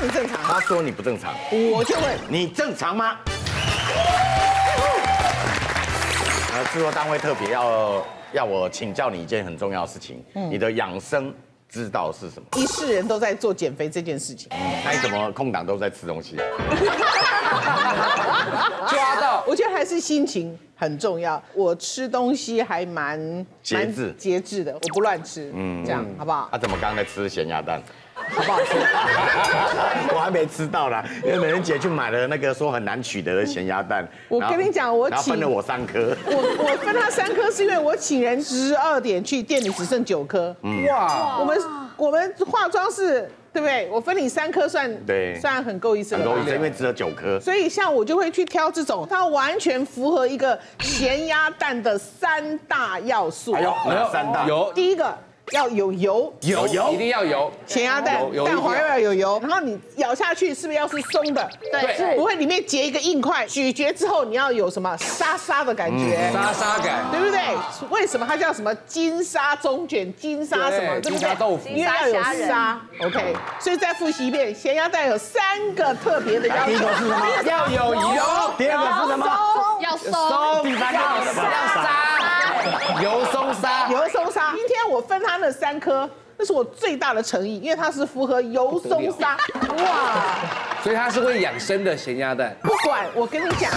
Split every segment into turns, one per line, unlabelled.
不正常，
他说你不正常，
我就问
你正常吗？呃，制作单位特别要要我请教你一件很重要的事情，你的养生之道是什么？
一世人都在做减肥这件事情，
那你怎么空档都在吃东西？
抓到。我觉得还是心情很重要。我吃东西还蛮
节
蛮
制
节制的，我不乱吃，嗯，这样好不好
他、？啊怎么刚才吃咸鸭蛋？
好不好吃？
我还没吃到啦，因为美人姐去买了那个说很难取得的咸鸭蛋。
我
然后
跟你讲我
然后
请
分了我三颗。
我我分他三颗，是因为我请人十二点去，店里只剩九颗。哇，我们我们化妆室对不对？我分你三颗算
对
算很够意思
很
了
多
吧
医？生因为只有九颗，
所以像我就会去挑这种，它完全符合一个咸鸭蛋的三大要素。
哪三大
有
第一个要有油，
有
有
一定要有，
咸鸭蛋
有有
蛋黄要有油，然后你咬下去是不是要是松的？
对
不会里面结一个硬块，咀嚼之后你要有什么沙沙的感觉。
嗯沙沙感，
对不对？为什么它叫什么金沙中卷、金沙什么？
对
对不
金沙
对？
豆腐
因
嗯
为要有沙。OK，所以再复习一遍，咸鸭蛋有三个特别的
哎
要
第一
求。
个是什么？
要有油，
第二个是什么？
要松，
松，
第三个
要
是什么
要沙，油松沙，
油松沙，今天我分它那三颗，那是我最大的诚意，因为它是符合油松沙。哇！
所以它是会养生的咸鸭蛋。
不管，我跟你讲，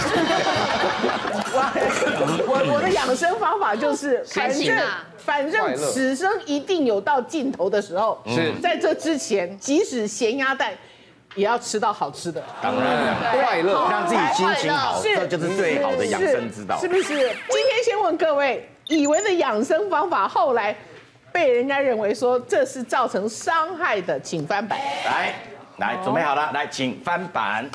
我我我的养生方法就是，反
心
正
啊
反正此生一定有到尽头的时候，
是
在这之前，即使咸鸭蛋，也要吃到好吃的，
当然，
快乐
让自己心情好，这就是最好的养生之道
是。不是？今天先问各位，以为的养生方法，后来被人家认为说这是造成伤害的，请翻版。
来，来，准备好了，来，请翻 版。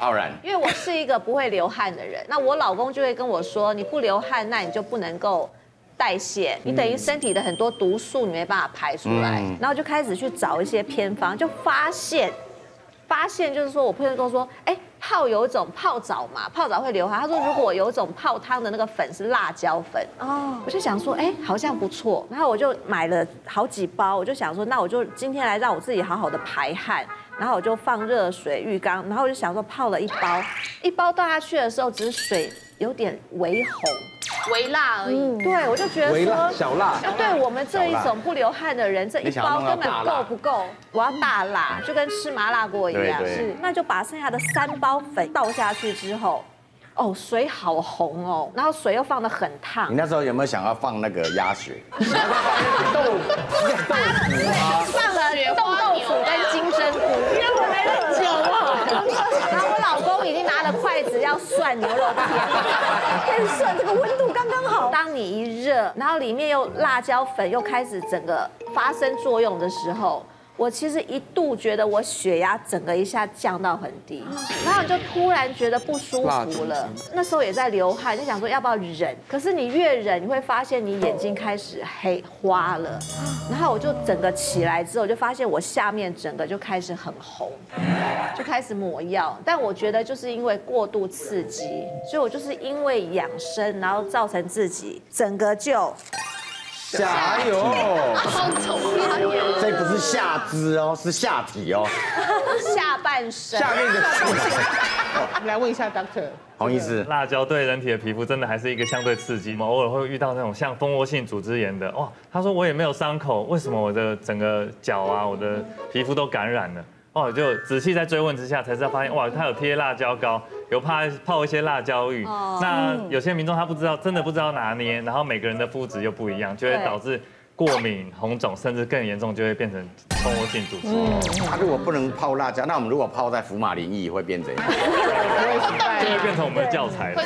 傲然，
因为我是一个不会流汗的人，那我老公就会跟我说，你不流汗，那你就不能够。代谢，你等于身体的很多毒素你没办法排出来，然后就开始去找一些偏方，就发现，发现就是说我朋友跟我说，哎、泡有一种泡澡嘛，泡澡会流汗，他说如果有一种泡汤的那个粉是辣椒粉，哦，我就想说，哎、好像不错，然后我就买了好几包，我就想说，那我就今天来让我自己好好的排汗，然后我就放热水浴缸，然后我就想说泡了一包，一包倒下去的时候，只是水有点微红，
微辣而已。
对，我就觉得
微辣
说
小辣
就对我们这一种不流汗的人，这一包根本够不够？我要大辣，就跟吃麻辣锅一
对
样。
对
是，那就把剩下的三包粉倒下去之后，哦，水好红哦，然后水又放的很烫
你。那时候有没有想要放那个鸭血？
放了冻豆腐跟金针菇，因为我没很久啊。然后我老公已经拿了筷子要涮牛肉片，但是涮这个温度刚刚好。当你一热，然后里面又辣椒粉又开始整个发生作用的时候。我其实一度觉得我血压整个一下降到很低，然后你就突然觉得不舒
辣椒
服了。那时候也在流汗，就想说要不要忍？可是你越忍，你会发现你眼睛开始黑花了。然后我就整个起来之后，就发现我下面整个就开始很红，就开始抹药。但我觉得就是因为过度刺激，所以我就是因为养生，然后造成自己整个就
加油！
好丑啊！
嗯这不是下肢哦，是下体哦。
下半身。
下面的
我们来问一下 Doctor，
洪医师，
辣椒对人体的皮肤真的还是一个相对刺激，我们偶尔会遇到那种像蜂窝性组织炎的，哦，他说我也没有伤口，为什么我的整个脚啊，我的皮肤都感染了？哦，就仔细在追问之下才知道，发现哇，他有贴辣椒膏，有怕泡一些辣椒浴。那有些民众他不知道，真的不知道拿捏，然后每个人的肤质又不一样，就会
对
导致过敏、红肿，甚至更严重就会变成蜂窝性组织炎。
他啊如果不能泡辣椒，那我们如果泡在福马林液会变怎样？
这会变成我们的教材了。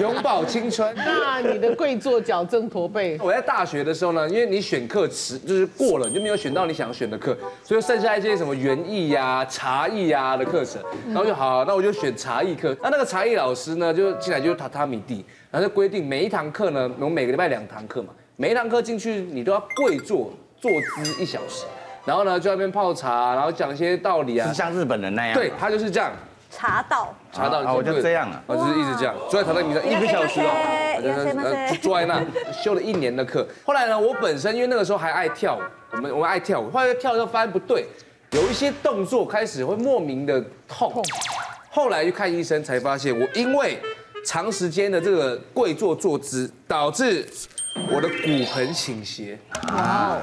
永葆青春。
那你的跪坐矫正驼 背，
我在大学的时候呢，因为你选课迟，就是过了，你就没有选到你想选的课，所以剩下一些什么园艺呀、茶艺呀、的课程，然后就好、那我就选茶艺课。那那个茶艺老师呢，就进来就是榻榻米地，然后就规定每一堂课呢，我们每个礼拜两堂课嘛，每一堂课进去你都要跪坐坐姿一小时，然后呢就在那边泡茶，然后讲一些道理啊
是，像日本人那样？
对，他就是这样，
茶道。
查到你
啊我
不
就这样了
我就是一直这样，坐在榻榻米上一个小时哦，
いらっしゃいませ
呃坐在那修了一年的课。后来呢，我本身因为那个时候还爱跳舞，我们我们爱跳舞，后来跳了之后发现不对，有一些动作开始会莫名的痛。后来去看医生才发现，我因为长时间的这个跪坐坐姿，导致我的骨盆倾斜。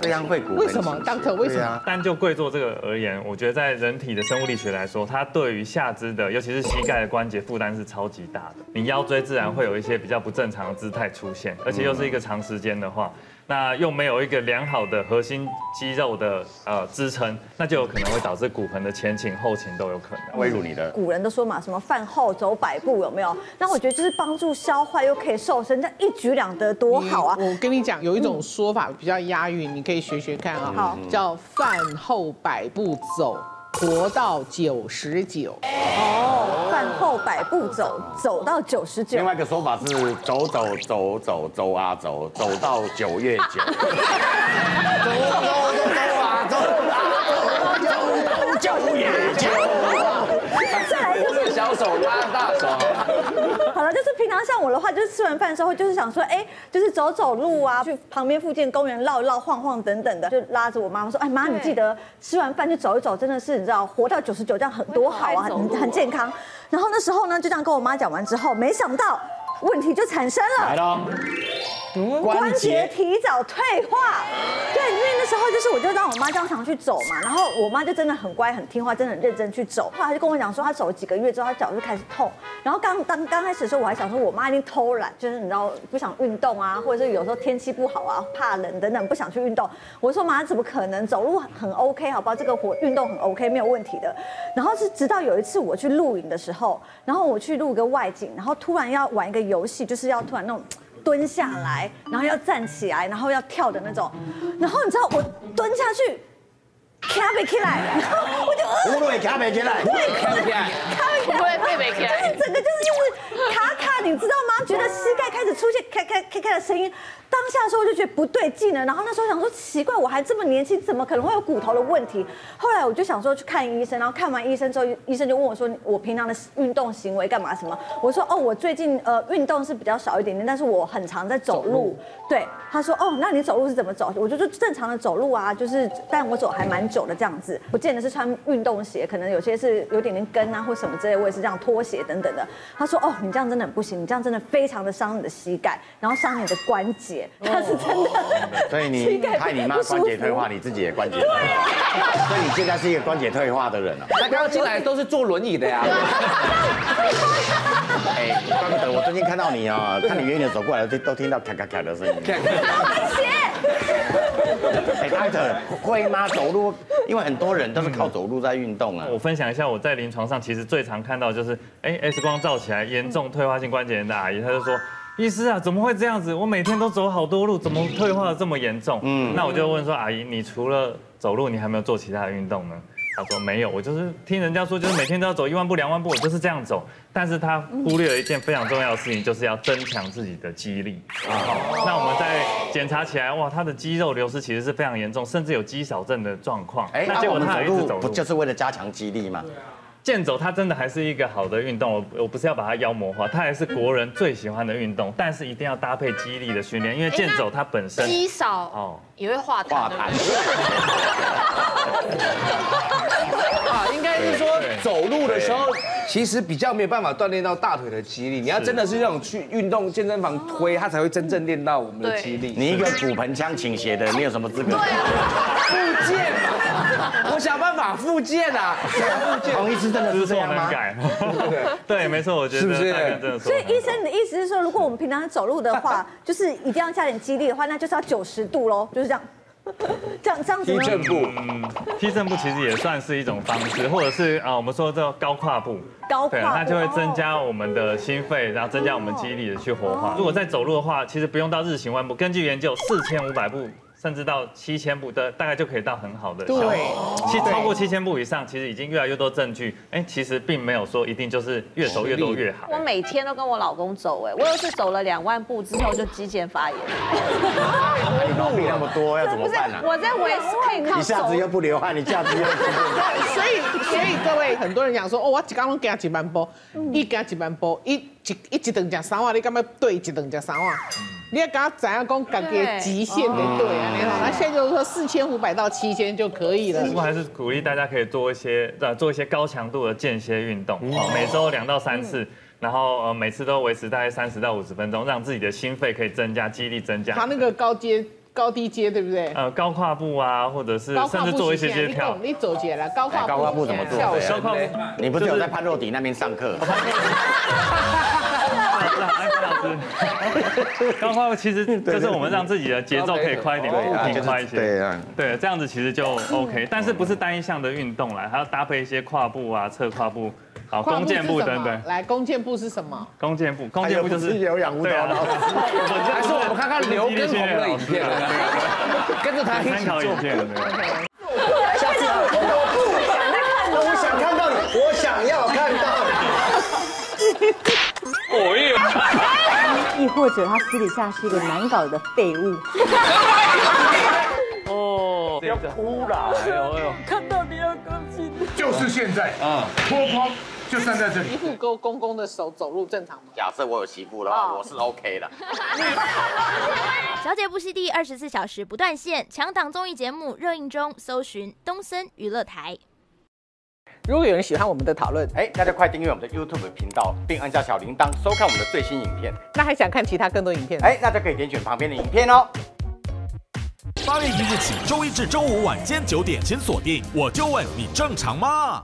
这样会骨盆
为什么
倾斜
Doctor，为什么
对啊
单就跪坐这个而言，我觉得在人体的生物力学来说，它对于下肢的，尤其是膝盖的关节负担是超级大的。你腰椎自然会有一些比较不正常的姿态出现，而且又是一个长时间的话，那又没有一个良好的核心肌肉的呃支撑，那就有可能会导致骨盆的前倾、后倾都有可能。
威如你的
古人都说嘛，什么饭后走百步有没有？那我觉得就是帮助消化又可以瘦身，这样一举两得多好啊！
我跟你讲，有一种说法比较押韵，你可以学学看
嗯
啊。
好
叫饭后百步走，活到九十九。
哦，饭后百步走，走到九十九
嗯另。外一个说法是走走走走走啊走，走到九月九。走走走走啊走啊走，走到九月九。
再来就
我
是
的小手拉大手，
好了，就是平常像我的话，就是吃完饭之后，就是想说，哎，就是走走路啊，去旁边附近公园绕一绕、晃晃等等的，就拉着我妈妈说，哎妈，你记得吃完饭去走一走，真的是你知道，活到九十九这样很多好
我
啊，
也好爱走
很
路
很健康。然后那时候呢，就这样跟我妈讲完之后，没想到问题就产生了
来。喽，
关
关
嗯节
节
提早退化。对，因为那时候就是我就让我妈这样常去走嘛，然后我妈就真的很乖很听话，真的很认真去走。后来她就跟我讲说，她走了几个月之后，她脚就开始痛。然后刚刚刚开始的时候，我还想说我妈一定偷懒，就是你知道不想运动啊，或者是有时候天气不好啊，怕冷等等不想去运动。我说妈，怎么可能？走路很 OK 好不好？这个活运动很 OK 没有问题的。然后是直到有一次我去露营的时候，然后我去露一个外景，然后突然要玩一个游戏，就是要突然那种。蹲下来，然后要站起来，然后要跳的那种。然后你知道我蹲下去，卡不起来，然后我就
葫
呃，
芦也卡没起来。
看不看？
卡不起来，
不会背不起来
就是整个就是一直卡卡，你知道吗？觉得膝盖开始出现咔咔咔咔的声音。当下的时候我就觉得不对劲了，然后那时候想说奇怪，我还这么年轻，怎么可能会有骨头的问题？后来我就想说去看医生，然后看完医生之后，医生就问我说我平常的运动行为干嘛什么？我说哦，我最近呃运动是比较少一点点，但是我很常在走路。对，他说哦，那你走路是怎么走？我就说正常的走路啊，就是但我走还蛮久的这样子，不见得是穿运动鞋，可能有些是有点点跟啊或什么之类，我也是这样拖鞋等等的。他说哦，你这样真的很不行，你这样真的非常的伤你的膝盖，然后伤你的关节，他是真的。
所以
膝
你
盖
害你妈
不舒服啊
关节退化，你自己也关节退化。所以你现在是一个关节退化的人啊。
那刚刚进来都是坐轮椅的呀。
哎，怪不得我最近看到你啊，看你远远地走过来，都都听到咔咔咔的声音。 哎，艾特会吗？走路，因为很多人都是靠走路在运动啊。
我分享一下，我在临床上其实最常看到就是，哎，X 光照起来严重退化性关节炎的阿姨，她就说。医师啊，怎么会这样子？我每天都走好多路，怎么退化的这么严重？嗯，那我就问说，阿姨，你除了走路，你还没有做其他的运动呢？她说没有，我就是听人家说，就是每天都要走一万步、两万步，我就是这样走。但是她忽略了一件非常重要的事情，就是要增强自己的肌力。
哦
那我们再检查起来，哇，她的肌肉流失其实是非常严重，甚至有肌少症的状况。
哎，
那
那
结
我
果
们
她还一直
走
走
路不
路。
就是为了加强肌力吗？
健走它真的还是一个好的运动，我我不是要把它妖魔化，它还是国人最喜欢的运动，但是一定要搭配肌力的训练，因为健走它本身
哎
肌少
哦，
也会化
化
痰的。
痰。
啊，应该是说走路的时候，其实比较没有办法锻炼到大腿的肌力。你要真的是那种去运动健身房推，它才会真正练到我们的
对
肌力。
你一个骨盆腔倾斜的，你有什么资格？
复健 嘛，我想办法复健啊，复健。
黄医师真的
姿
是这
势
样
能
吗？
改。 对，没错，我觉
是不
得
是
大哥真的说
所
得
以
很好。
医生，你的意思是说，如果我们平常走路的话， 就是一定要加点肌力的话，那就是要九十度喽，就是这样， 这样这样子
踢
呢。
正步，
嗯， 踢正步其实也算是一种方式，或者是啊，我们说叫高跨步，
高跨
对，
步
它就会增
哦
哦
加我们的心肺，然后增加我们肌力的去活化。如果在走路的话，其实不用到日行万步，根据研究，四千五百步甚至到七千步的，大概就可以到很好的效果。
对，
其实超过七千步以上，其实已经越来越多证据。哎，其实并没有说一定就是越走越多越好。
我每天都跟我老公走，哎，我有一次走了两万步之后就肌腱发炎，
哎你毛病那么多，要怎么
不是
办呢？啊
我在维斯可以靠
一下
走
子又不流汗，一下子又
所以所以各位很多人讲说，哦，我一刚刚加一万步，
嗯
一加一万步，一一一一顿食三啊碗，你敢要对一顿食三碗？啊
嗯
你要刚刚怎样讲，感觉极限的对啊，你
嗯
好，那现在就是说四千五百到七千就可以了
不。过还是鼓励大家可以做一些呃做一些高强度的间歇运动，
嗯
哦每周两到三次，然后呃每次都维持大概三十到五十分钟，让自己的心肺可以增加，肌力增加。
他那个高阶高低阶对不对？
呃高跨步啊，或者是
高
甚
跨
至
步
做一
是
些哎
这样
些跳。
你走你走起来，高跨步
高跨步怎么做
跳舞
对啊
高跨步，
你不是有在潘若迪那边上课？
哎老师， 高跨步其实就是我们让自己的节奏可以快一点，步频快一些。
对啊，
对，这样子其实就 OK，但
嗯
是不是单一项的运动啦，还要搭配一些跨步啊、侧跨步、好
跨
弓
是
箭步
什么
等等。
来，弓箭步是什么？
弓箭步，弓箭步就是
哎呀不是有氧舞蹈
对啊
老师
还是我们看看刘畊宏的影片，啊跟着他一
参
起
考
做
影。 片。对
下次我不想再看了，我想看到你，我想要看到你。
亦或者他私底下是一个难搞的废物。
哦，要哭了，哎呦哎呦，
就是现在啊，脱光就站在这里
一。副勾公公的手走路正常吗？
假设我有媳妇的话，我是 OK 的。
小姐不息地二十四小时不断线，强档综艺节目热映中，搜寻东森娱乐台。
如果有人喜欢我们的讨论，
哎，大家快订阅我们的 YouTube 频道，并按下小铃铛收看我们的最新影片。
那还想看其他更多影片？
哎，大家可以点选旁边的影片哦。
八月一日起，周一至周五晚间九点，请锁定《我就问你正常吗》。